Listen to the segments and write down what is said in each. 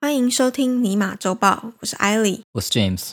欢迎收听尼玛周报，我是艾莉。我是 James。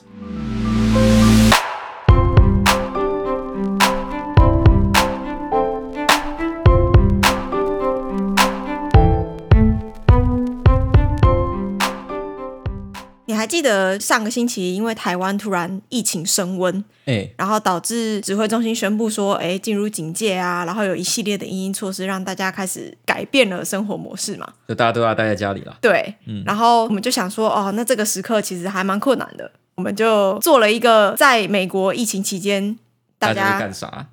你还记得上个星期，因为台湾突然疫情升温，哎、然后导致指挥中心宣布说，哎，进入警戒啊，然后有一系列的因应措施，让大家开始改变了生活模式嘛？就大家都要待在家里啦。对，嗯然后我们就想说，哦，那这个时刻其实还蛮困难的，我们就做了一个在美国疫情期间。大家家会干啥？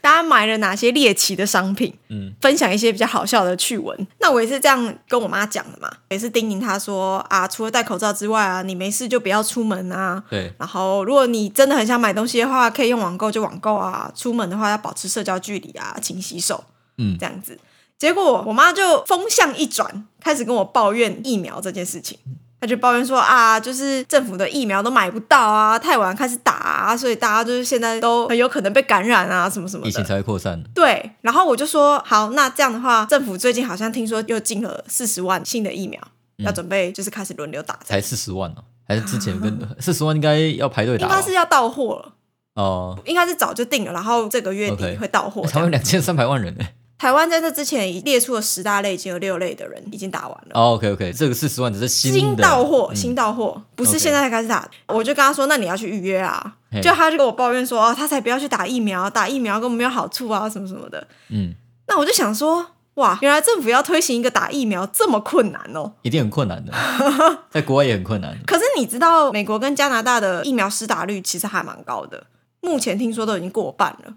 大家买了哪些猎奇的商品？嗯，分享一些比较好笑的趣闻。那我也是这样跟我妈讲的嘛，也是叮咛她说啊，除了戴口罩之外啊，你没事就不要出门啊。对，然后，如果你真的很想买东西的话，可以用网购就网购啊。出门的话要保持社交距离啊，勤洗手嗯，这样子。结果我妈就风向一转，开始跟我抱怨疫苗这件事情。她就抱怨说啊，就是政府的疫苗都买不到啊，太晚开始打啊，所以大家就是现在都很有可能被感染啊，什么什么疫情的。才会扩散。对，然后我就说好，那这样的话，政府最近好像听说又进了四十万新的疫苗，嗯要准备就是开始轮流打，才四十万呢、还是之 前跟四十万应该要排队打应吧？该是要到货了，哦，应该是早就定了，然后这个月底 OK 哎会到货这台湾样。两千三百万人哎、台湾在这之前已列出了十大类，已经有六类的人已经打完了。哦 OK OK，这个四十万只是新的新到货，嗯新到货，不是 OK 现在才开始打。我就跟他说：“那你要去预约啊。”嘿就他就跟我抱怨说：“哦，他才不要去打疫苗，打疫苗根本没有好处啊，什么什么的。嗯，”那我就想说：“哇，原来政府要推行一个打疫苗这么困难哦。”一定很 困难的，在国外也很困难。可是你知道，美国跟加拿大的疫苗施打率其实还蛮高的，目前听说都已经过半了。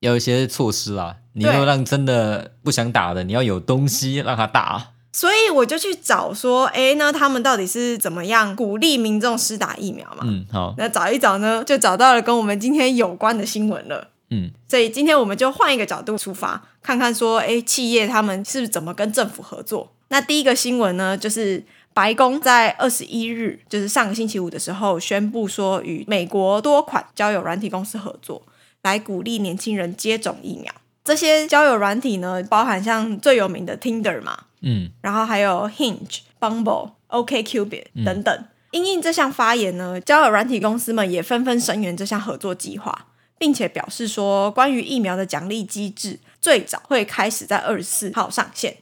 要有一些措施啦，你对要让真的不想打的，你要有东西让他打。所以我就去找说，哎，那他们到底是怎么样鼓励民众施打疫苗嘛？嗯，好，那找一找呢，就找到了跟我们今天有关的新闻了。嗯，所以今天我们就换一个角度出发，看看说，哎，企业他们是怎么跟政府合作？那第一个新闻呢，就是白宫在二十一日，就是上个星期五的时候，宣布说与美国多款交友软体公司合作，来鼓励年轻人接种疫苗。这些交友软体呢，包含像最有名的 Tinder 嘛，嗯，然后还有 Hinge、Bumble、OKCupid 等等。因应这项发言呢，交友软体公司们也纷纷声援这项合作计划，并且表示说，关于疫苗的奖励机制，最早会开始在二十四号上线。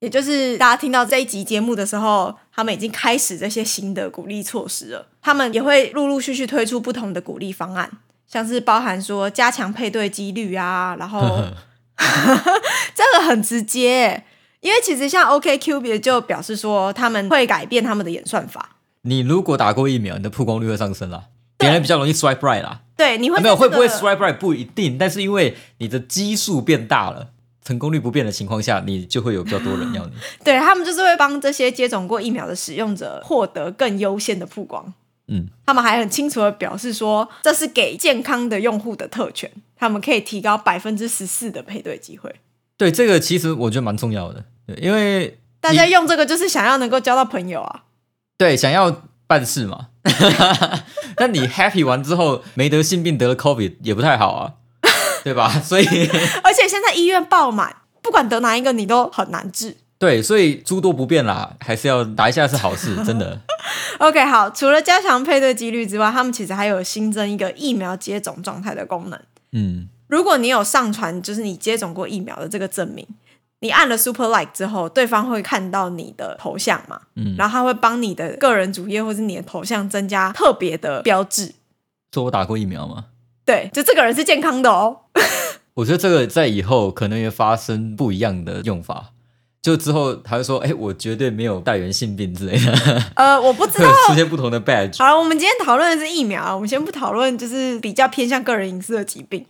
也就是大家听到这一集节目的时候，他们已经开始这些新的鼓励措施了。他们也会陆陆续续推出不同的鼓励方案，像是包含说加强配对几率啊，然后这个很直接欸，因为其实像 OKCupid 就表示说他们会改变他们的演算法， 你如果打过疫苗，你的曝光率会上升啦，别人比较容易 swipe right 啦。对，你会、啊在没有会这不会个 swipe right 不一定，但是因为你的基数变大了，成功率不变的情况下，你就会有比较多人要 你。对他们就是会帮这些接种过疫苗的使用者获得更优先的曝光。嗯，他们还很清楚的表示说，这是给健康的用户的特权，他们可以提高百分之十四的配对机会。对，这个其实我觉得蛮重要的，对，因为大家用这个就是想要能够交到朋友啊，对想要办 事嘛，但你 happy 完之后没得性病得了 COVID 也不太好 啊，对吧？所以而且现在医院爆满，不管得哪一个你都很难治。对，所以诸多不便啦，还是要打一下是好事，真的。 OK，好，除了加强配对几率之外，他们其实还有新增一个疫苗接种状态的功能。嗯，如果你有上传就是你接种过疫苗的这个证明，你按了 Super Like 之后，对方会看到你的头像嘛，嗯然后他会帮你的个人主页或是你的头像增加特别的标志，说我打过疫苗吗？对，就这个人是健康的哦。我觉得这个在以后可能也发生不一样的用法，就之后他会说：“哎，我绝对没有带源性病之类的。”呃，我不知会道有。 出现不同的 badge。好了，我们今天讨论的是疫苗啊，我们先不讨论就是比较偏向个人隐私的疾病。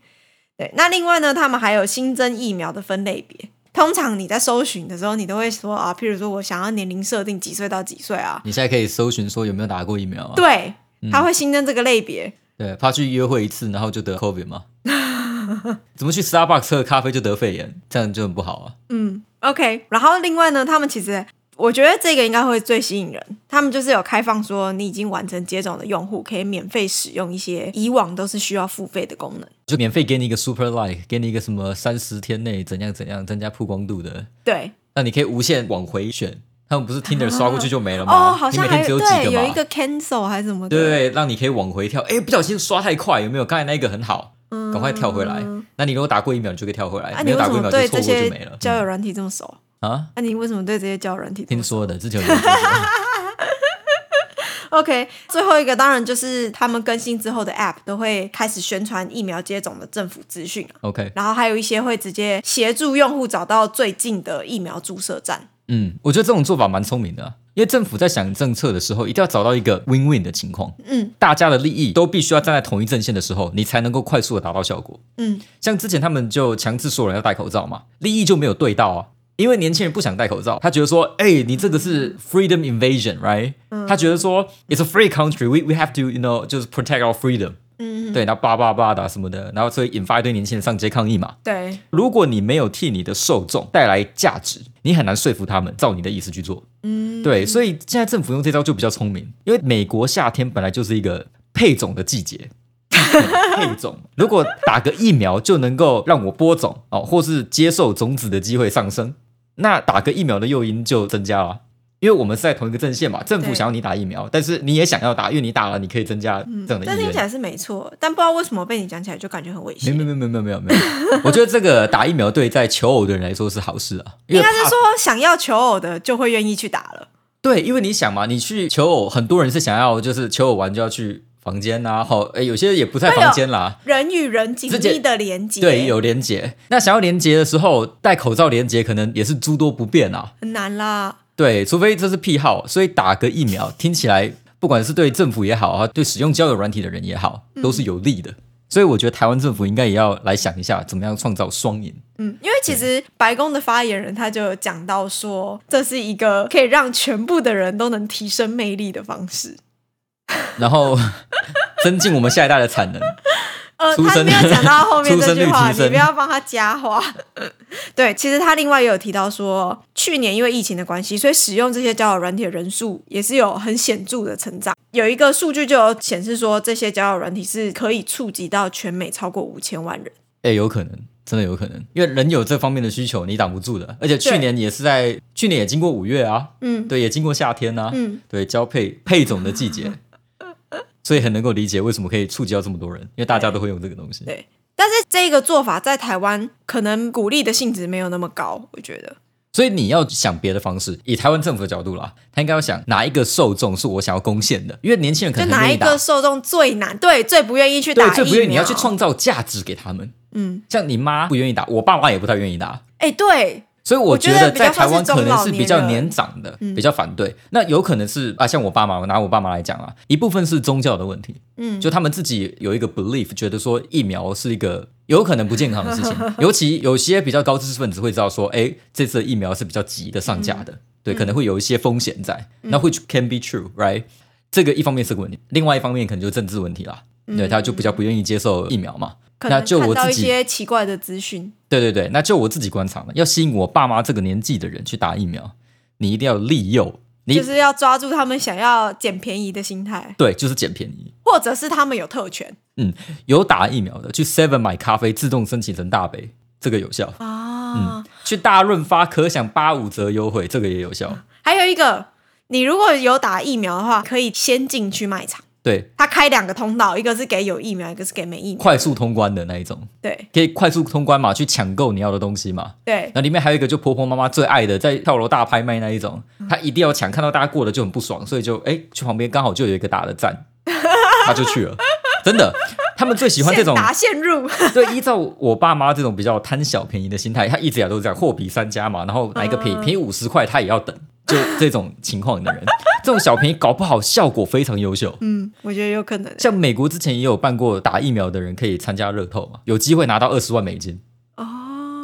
对，那另外呢，他们还有新增疫苗的分类别。通常你在搜寻的时候，你都会说啊，譬如说我想要年龄设定几岁到几岁啊，你现在可以搜寻说有没有打过疫苗啊？对，它会新增这个类别。对，怕去约会一次，然后就得 COVID 吗？怎么去 Starbucks 喝咖啡就得肺炎，这样就很不好啊。嗯，OK。然后另外呢，他们其实我觉得这个应该会最吸引人。他们就是有开放说，你已经完成接种的用户可以免费使用一些以往都是需要付费的功能。就免费给你一个 Super Like，给你一个什么三十天内怎样怎样增加曝光度的，对那你可以无限往回选。他们不是 Tinder 刷过去就没了吗？哦，好你像每还天只有几对个有一嘛？个 cancel 还是什么的，对对，让你可以往回跳。哎，不小心刷太快，有没有？刚才那个很好，嗯赶快跳回来。那你如果打过疫苗，你就可以跳回来；啊，哎你没有为打什过疫么苗，就对错这过就些没了。交友软体这么熟？啊，那、你为什么对这些交友软体这么听熟说的，之前有人说过 OK，最后一个当然就是他们更新之后的 App 都会开始宣传疫苗接种的政府资讯啊， OK，然后还有一些会直接协助用户找到最近的疫苗注射站。嗯，我觉得这种做法蛮聪明的啊、因为政府在想政策的时候，一定要找到一个 win-win 的情况，嗯大家的利益都必须要站在同一阵线的时候，你才能够快速的达到效果。嗯，像之前他们就强制所有人要戴口罩嘛，利益就没有对到啊。因为年轻人不想戴口罩，他觉得说，哎、你这个是 freedom invasion，right？、他嗯觉得说，it's a free country，we we have to you know 就是 protect our freedom，嗯，对，然后叭叭叭的啊什么的，然后所以引发一堆年轻人上街抗议嘛。对，如果你没有替你的受众带来价值，你很难说服他们照你的意思去做。嗯，对，所以现在政府用这招就比较聪明，因为美国夏天本来就是一个配种的 季节。配种，如果打个疫苗就能够让我播种哦，或是接受种子的机会上升，那打个疫苗的诱因就增加了，因为我们是在同一个阵线嘛，政府对想要你打疫苗，但是你也想要打，因为你打了你可以增加这样的意愿。这听起嗯来是没错，但不知道为什么被你讲起来就感觉很危险。没没没没没有没有， 我觉得这个打疫苗对在求偶的人来说是好事啊，因应为该是怕说想要求偶的就会愿意去打了。对，因为你想嘛，你去求偶，很多人是想要就是求偶完就要去房间呐、啊，好，诶有些也不在会有房间啦，人与人紧密的连接，对，有连结。那想要连结的时候，戴口罩连结可能也是诸多不便啊，很难啦。对，除非这是癖好，所以打个疫苗听起来，不管是对政府也好啊，对使用交友软体的人也好，都嗯是有利的。所以我觉得台湾政府应该也要来想一下，怎么样创造双赢。嗯，因为其实白宫的发言人他就有讲到说，这是一个可以让全部的人都能提升魅力的方式。然后 增进我们下一代的产能。呃，出他生没有讲到后面这句话，出生率提升你不要帮他加话。 对，其实他另外也有提到说，去年因为疫情的关系，所以使用这些交友软体的人数也是有很显著的成长。有一个数据就有显示说，这些交友软体是可以触及到全美超过五千万人。哎、有可能，真的有可能，因为人有这方面的需求，你挡不住的。而且去年也是在，去年也经过五月啊，嗯对，也经过夏天啊，嗯，对，交配配种的季节，所以很能够理解为什么可以触及到这么多人，因为大家都会用这个东西。对。但是这个做法在台湾可能鼓励的性质没有那么高，我觉得。所以你要想别的方式，以台湾政府的角度啦，他应该要想哪一个受众是我想要攻陷的，因为年轻人可就能很哪愿一意打个，受众最难，对，最不愿意哦去打疫苗。对，最不愿意你要去创造价值给他们。嗯，像你妈不愿意打，我爸妈也不太愿意打，哎、对，所以我觉得在台湾我觉得比较算可是中能老是年人嗯比较年长的，比较反对。那有可能是啊，像我爸妈，我拿我爸妈来讲啊，一部分是宗教的问题，嗯就他们自己有一个 belief，觉得说疫苗是一个有可能不健康的 事情，尤其有些比较高知识分子会知道说，哎，这次的疫苗是比较急的上架嗯的，对，可能会有一些风险在，那 which can be true，right？这个一方面是个问题，另外一方面可能就是政治问题啦，嗯对，他就比较不愿意接受疫苗嘛。可那能就看我到自一己些奇怪的资讯。对对对，那就我自己观察了，要吸引我爸妈这个年纪的人去打疫苗，你一定要利诱，你、就是要抓住他们想要捡便宜的心态，对，就是捡便宜。或者是他们有特权嗯，有打疫苗的去 Seven 买咖啡，自动申请成大杯，这个有效。啊。去大润发可享八五折优惠，这个也有效。还有一个，你如果有打疫苗的话，可以先进去卖场，对，他开两个通道，一个是给有疫苗，一个是给没疫苗。快速通关的那一种，对可以快速通关嘛，去抢购你要的东西嘛。对，那里面还有一个就婆婆妈妈最爱的，在跳楼大拍卖那一种，她一定要抢，看到大家过得就很不爽，所以就哎去旁边刚好就有一个打的站，她就去了。真的，他们最喜欢这种现打现 入， 对，依照我爸妈这种比较贪小便宜的心态，他一直以来都是这样，货比三家嘛，然后哪一个嗯便宜，便宜五十块他也要等，就这种情况的人， 这种小便宜搞不好效果非常优秀。嗯，我觉得有可能像美国之前也有办过打疫苗的人可以参加乐透嘛，有机会拿到二十万美金，哦。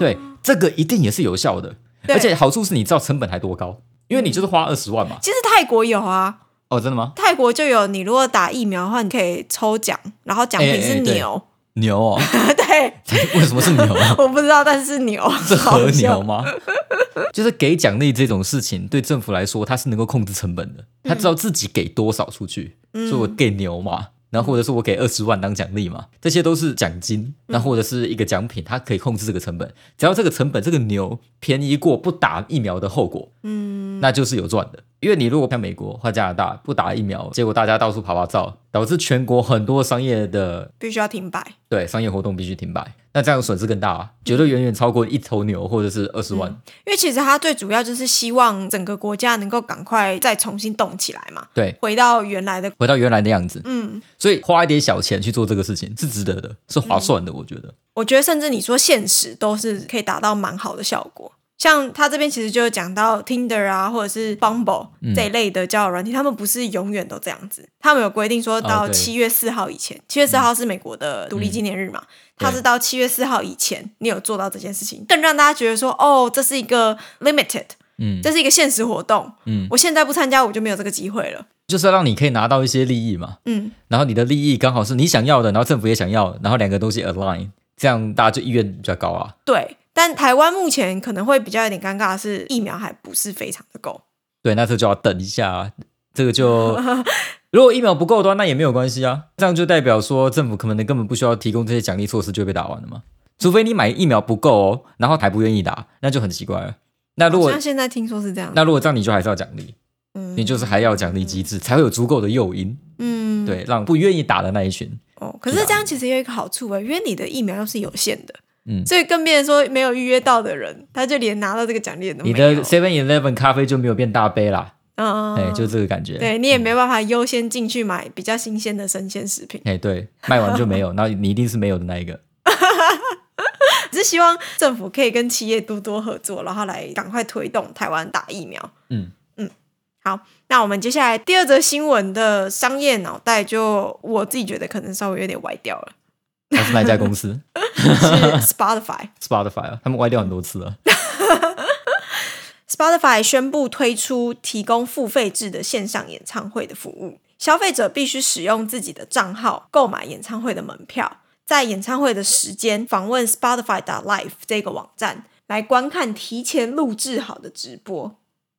对，这个一定也是有效的，对而且好处是你知道成本还多高，因为你就是花二十万嘛。其实泰国有啊，哦，真的吗？泰国就有，你如果打疫苗的话，你可以抽奖，然后奖品哎哎是哎对牛， 牛哦，对， 为什么是牛啊？我不知道，但是牛 是 和好牛笑吗？ 就是给奖励这种事情，对政府来说，它是能够控制成本的，他知道自己给多少出去，所以我给牛嘛。然后或者是我给二十万当奖励嘛，这些都是奖金，那或者是一个奖品，它可以控制这个成本，只要这个成本这个牛便宜过不打疫苗的后果，嗯，那就是有赚的。因为你如果像美国或加拿大不打疫苗，结果大家到处爬爬照，导致全国很多商业的必须要停摆。对商业活动必须停摆，那这样损失更大、啊，绝对远远超过一头牛或者是二十万。因为其实他最主要就是希望整个国家能够赶快再重新动起来嘛，对，回到原来的。回到原来的样子。嗯，所以花一点小钱去做这个事情是值得的，是划算的，我觉得。我觉得甚至你说现实都是可以达到蛮好的效果。像他这边其实就有讲到 Tinder 啊，或者是 Bumble 嗯这一类的交友软体，他们不是永远都这样子。他们有规定说哦到对嗯七月四号以前，七、月四号是美国的独立纪念日嘛，他是到七月四号以前，你有做到这件事情，更让大家觉得说，哦，这是一个 limited，嗯这是一个限时活动，嗯我现在不参加我就没有这个机会了，就是要让你可以拿到一些利益嘛，嗯，然后你的利益刚好是你想要的，然后政府也想要，然后两个东西 align，这样大家就意愿比较高啊。对。但台湾目前可能会比较有点尴尬的是，疫苗还不是非常的够，对，那这就要等一下、啊，这 个就如果疫苗不够的话，那也没有关系啊，这样就代表说政府可能根本不需要提供这些奖励措施就被打完了嘛，除非你买疫苗不够哦，然后还不愿意打，那就很奇怪了。那如好果像现在听说是这样，那如果这样，你就还是要奖励，嗯你就是还要有奖励机制，才会有足够的诱因，嗯，对，让不愿意打的那一群哦，可是这样其实也有一个好处啊，因为你的疫苗又是有限的，嗯所以更别说没有预约到的人，他就连拿到这个奖励都没你有。的 Seven Eleven 咖啡就没有变大杯啦，嗯，哎、就这个感觉。，对你也没办法优先进去买比较新鲜的生鲜食品，哎、对，卖完就 没有，那你一定是没有的那一个。只是希望政府可以跟企业多多合作，然后来赶快推动台湾打疫苗。嗯嗯，好，那我们接下来第二则新闻的商业脑袋就，我自己觉得可能稍微有点歪掉了，还是那一家公 司 是 Spotify。 Spotify 啊，他们歪掉很多次了。 Spotify 宣布推出提供付费制的线上演唱会的服务，消费者必须使用自己的账号购买演唱会的门票，在演唱会的时间访问 Spotify Live 这个网站来观看提前录制好的直播。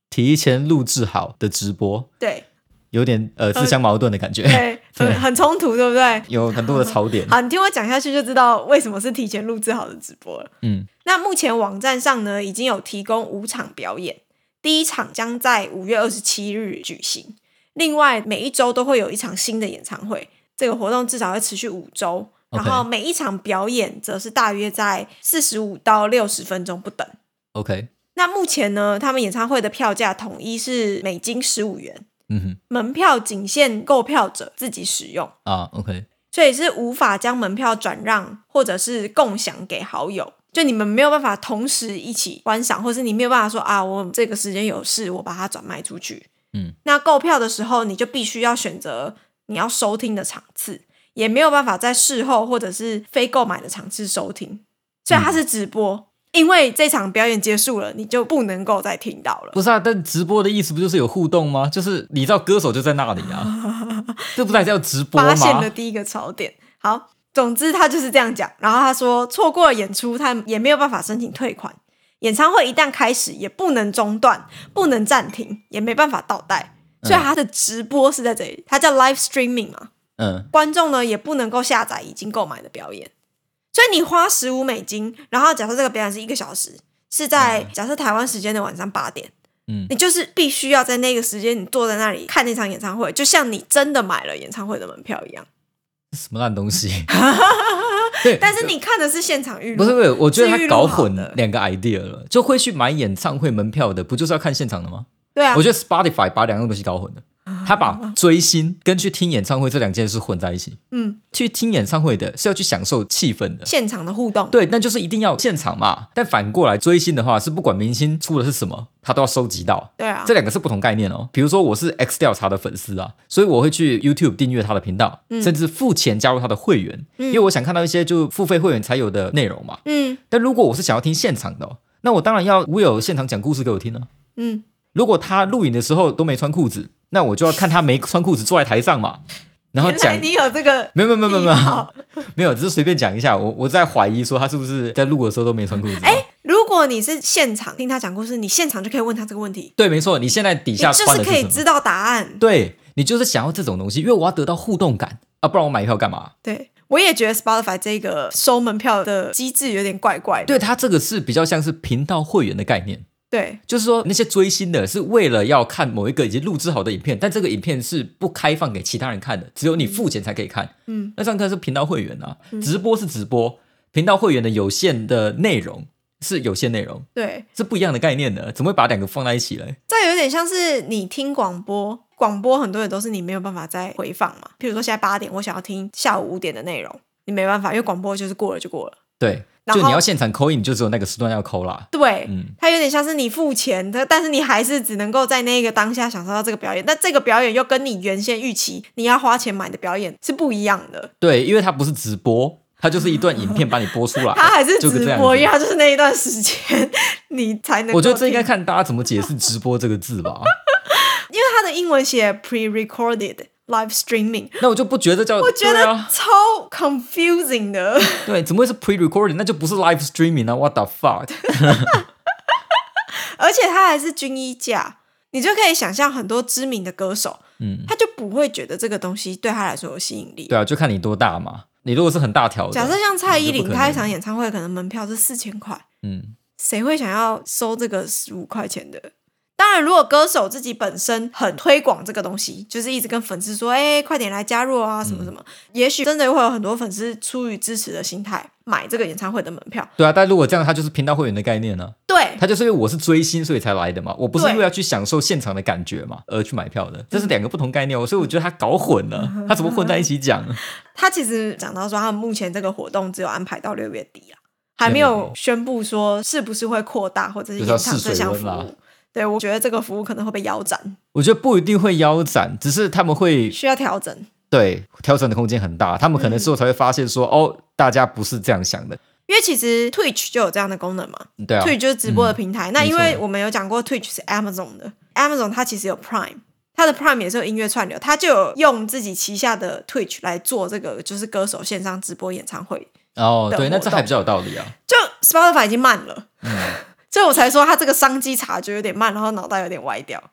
提前录制好的直播，对有点呃自相矛盾的感觉，嗯对，对很很冲突，对不对？ 有很多的槽点。好，你听我讲下去就知道为什么是提前录制好的直播了。嗯，那目前网站上呢，已经有提供五场表演，第一场将在五月二十七日举行。另外，每一周都会有一场新的演唱会，这个活动至少会持续五周。然 OK 后每一场表演则是大约在四十五到六十分钟不等。 OK，那目前呢，他们演唱会的票价统一是美金十五元，嗯门票仅限购票者自己使用，哼啊，OK，所以是无法将门票转让或者是共享给好友。就你们没有办法同时一起观赏，或是你没有办法说啊，我这个时间有事，我把它转卖出去。嗯，那购票的时候，你就必须要选择你要收听的场次，也没有办法在事后或者是非购买的场次收听。所以它是直播，因为这场表演结束了，你就不能够再听到了。不是啊，但直播的意思不就是有互动吗？就是你知道歌手就在那里啊， 这不是还是要直播发现了吗？第一个槽点。好，总之他就是这样讲。然后他说，错过了演出，他也没有办法申请退款。演唱会一旦开始，也不能中断，不能暂停，也没办法倒带。所以他的直播是在这里，它叫 live streaming 嘛。嗯，观众呢也不能够下载已经购买的表演。所以你花十五美金，然后假设这个表演是一个小时，是在假设台湾时间的晚上八点，嗯你就是必须要在那个时间你坐在那里看那场演唱会，就像你真的买了演唱会的门票一样。什么烂 东西？对，但是你看的是现场预不录，是不是，我觉得是他预录搞好混的两个 idea 了，就会去买演唱会门票的，不就是要看现场的吗？对啊我，觉得 Spotify 把两样东西搞混了，他把追星跟去听演唱会这两件事混在一起。嗯，去听演唱会的是要去享受气氛的，现场的互动，对，那就是一定要现场嘛。但反过来追星的话，是不管明星出的是什么，他都要收集到。对啊这，两个是不同概念哦。比如说我是 X 调查的粉丝啊，所以我会去 YouTube 订阅他的频道，嗯甚至付钱加入他的会员，因为我想看到一些就付费会员才有的内容嘛。嗯但如果我是想要听现场的哦、那我当然要 Will 现场讲故事给我听啊。嗯，如果他录影的时候都没穿裤子，那我就要看他没穿裤子坐在台上 嘛，然后原来讲。你有这个没有没有没有没有没癖有 好没有，只是随便讲一下。我我在怀疑说他是不是在录的时候都没穿裤子、啊。哎、如果你是现场听他讲故事，你现场就可以问他这个问题，对，没错，你现在底你下就穿是的可以什么？知道答案。对你就是想要这种东西，因为我要得到互动感。啊，不然我买票干嘛？对，我也觉得 Spotify 这个收门票的机制有点怪怪的。对，它这个是比较像是频道会员的概念。对就是说，那些追星的是为了要看某一个已经录制好的影片，但这个影片是不开放给其他人看的，只有你付钱才可以看。嗯，那这样看是频道会员啊，直播是直播，频道会员的有限的内容是有限内容，对，是不一样的概念的，怎么会把两个放在一起嘞？这有点像是你听广播，广播很多也都是你没有办法再回放嘛。譬如说现在八点，我想要听下午五点的内容，你没办法，因为广播就是过了就过了。对，然后就你要现场扣印，你就只有那个时段要扣啦。对，嗯它有点像是你付钱的，但是你还是只能够在那个当下享受到这个表演。但这个表演又跟你原先预期你要花钱买的表演是不一样的，对，因为它不是直播，它就是一段影片把你播出来， 它还是啊就这直样播，因为子。它就是那一段时间你才能够听。我觉得这应该看大家怎么解释“直播”这个字吧。 因为它的英文写 pre-recorded live streaming，那我就不觉得叫， 我觉对得啊，超 confusing 的。 对，怎么会是 pre-recorded？那就不是 live streaming 啊！What the fuck？而且它还是军衣架，你就可以想象很多知名的歌手，嗯，他就不会觉得这个东西对他来说有吸引力。对啊，就看你多大嘛。你如果是很大条的，假设像蔡依那就林不可能开一场演唱会，可能门票是四千块，嗯，谁会想要收这个十五块钱的？当然，如果歌手自己本身很推广这个东西，就是一直跟粉丝说：“哎、快点来加入啊，什嗯么什么。也许真的会有很多粉丝出于支持的心态买这个演唱会的门票。对啊，但如果这样，它就是频道会员的概念呢、对它就是因为我是追星所以才来的嘛，我不是对嗯因为要去享受现场的感觉嘛而去买票的，这是两个不同概念哦。所以我觉得他搞混了，他怎么混在一起讲？他其实讲到说，他们目前这个活动只有安排到六月底啊，还没有宣布说是不是会扩大或者是延长这项服哦就是要试水温啦务。对，我觉得这个服务可能会被腰斩，我觉得不一定会腰斩，只是他们会需要调整。对调整的空间很大，他们可能嗯之后才会发现说，哦，大家不是这样想的，因为其实 Twitch 就有这样的功能嘛、对啊 t w，i t c h 就是直播的平台。那因没为错我们有讲过，Twitch 是 Amazon 的，Amazon 它其实有 Prime，它的 Prime 也是有音乐串流，它就有用自己旗下的 Twitch 来做这个就是歌手线上直播演唱会哦，的对，那这活动还比较有道理啊。就 Spotify 已经慢了，嗯 所以我才说他这个商机察觉有点慢，然后脑袋有点歪掉，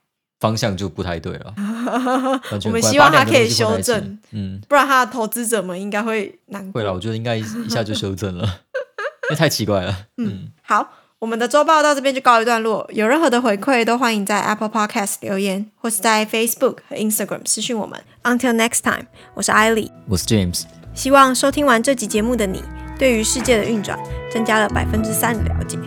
方向就不太 对了，完我全们不太希望把它两个可以东西混在一修起正。嗯，不然他的投资者们应该会难过。会了，我觉得应该一一下就修正了， 因为太奇怪了。嗯，好，我们的周报到这边就告一段落，有任何的回馈都欢迎在 Apple Podcast 留言，或是在 Facebook 和 Instagram 私讯我们。Until next time，我是艾莉，我是 James，希望收听完这集节目的你，对于世界的运转增加了百分之三的了解。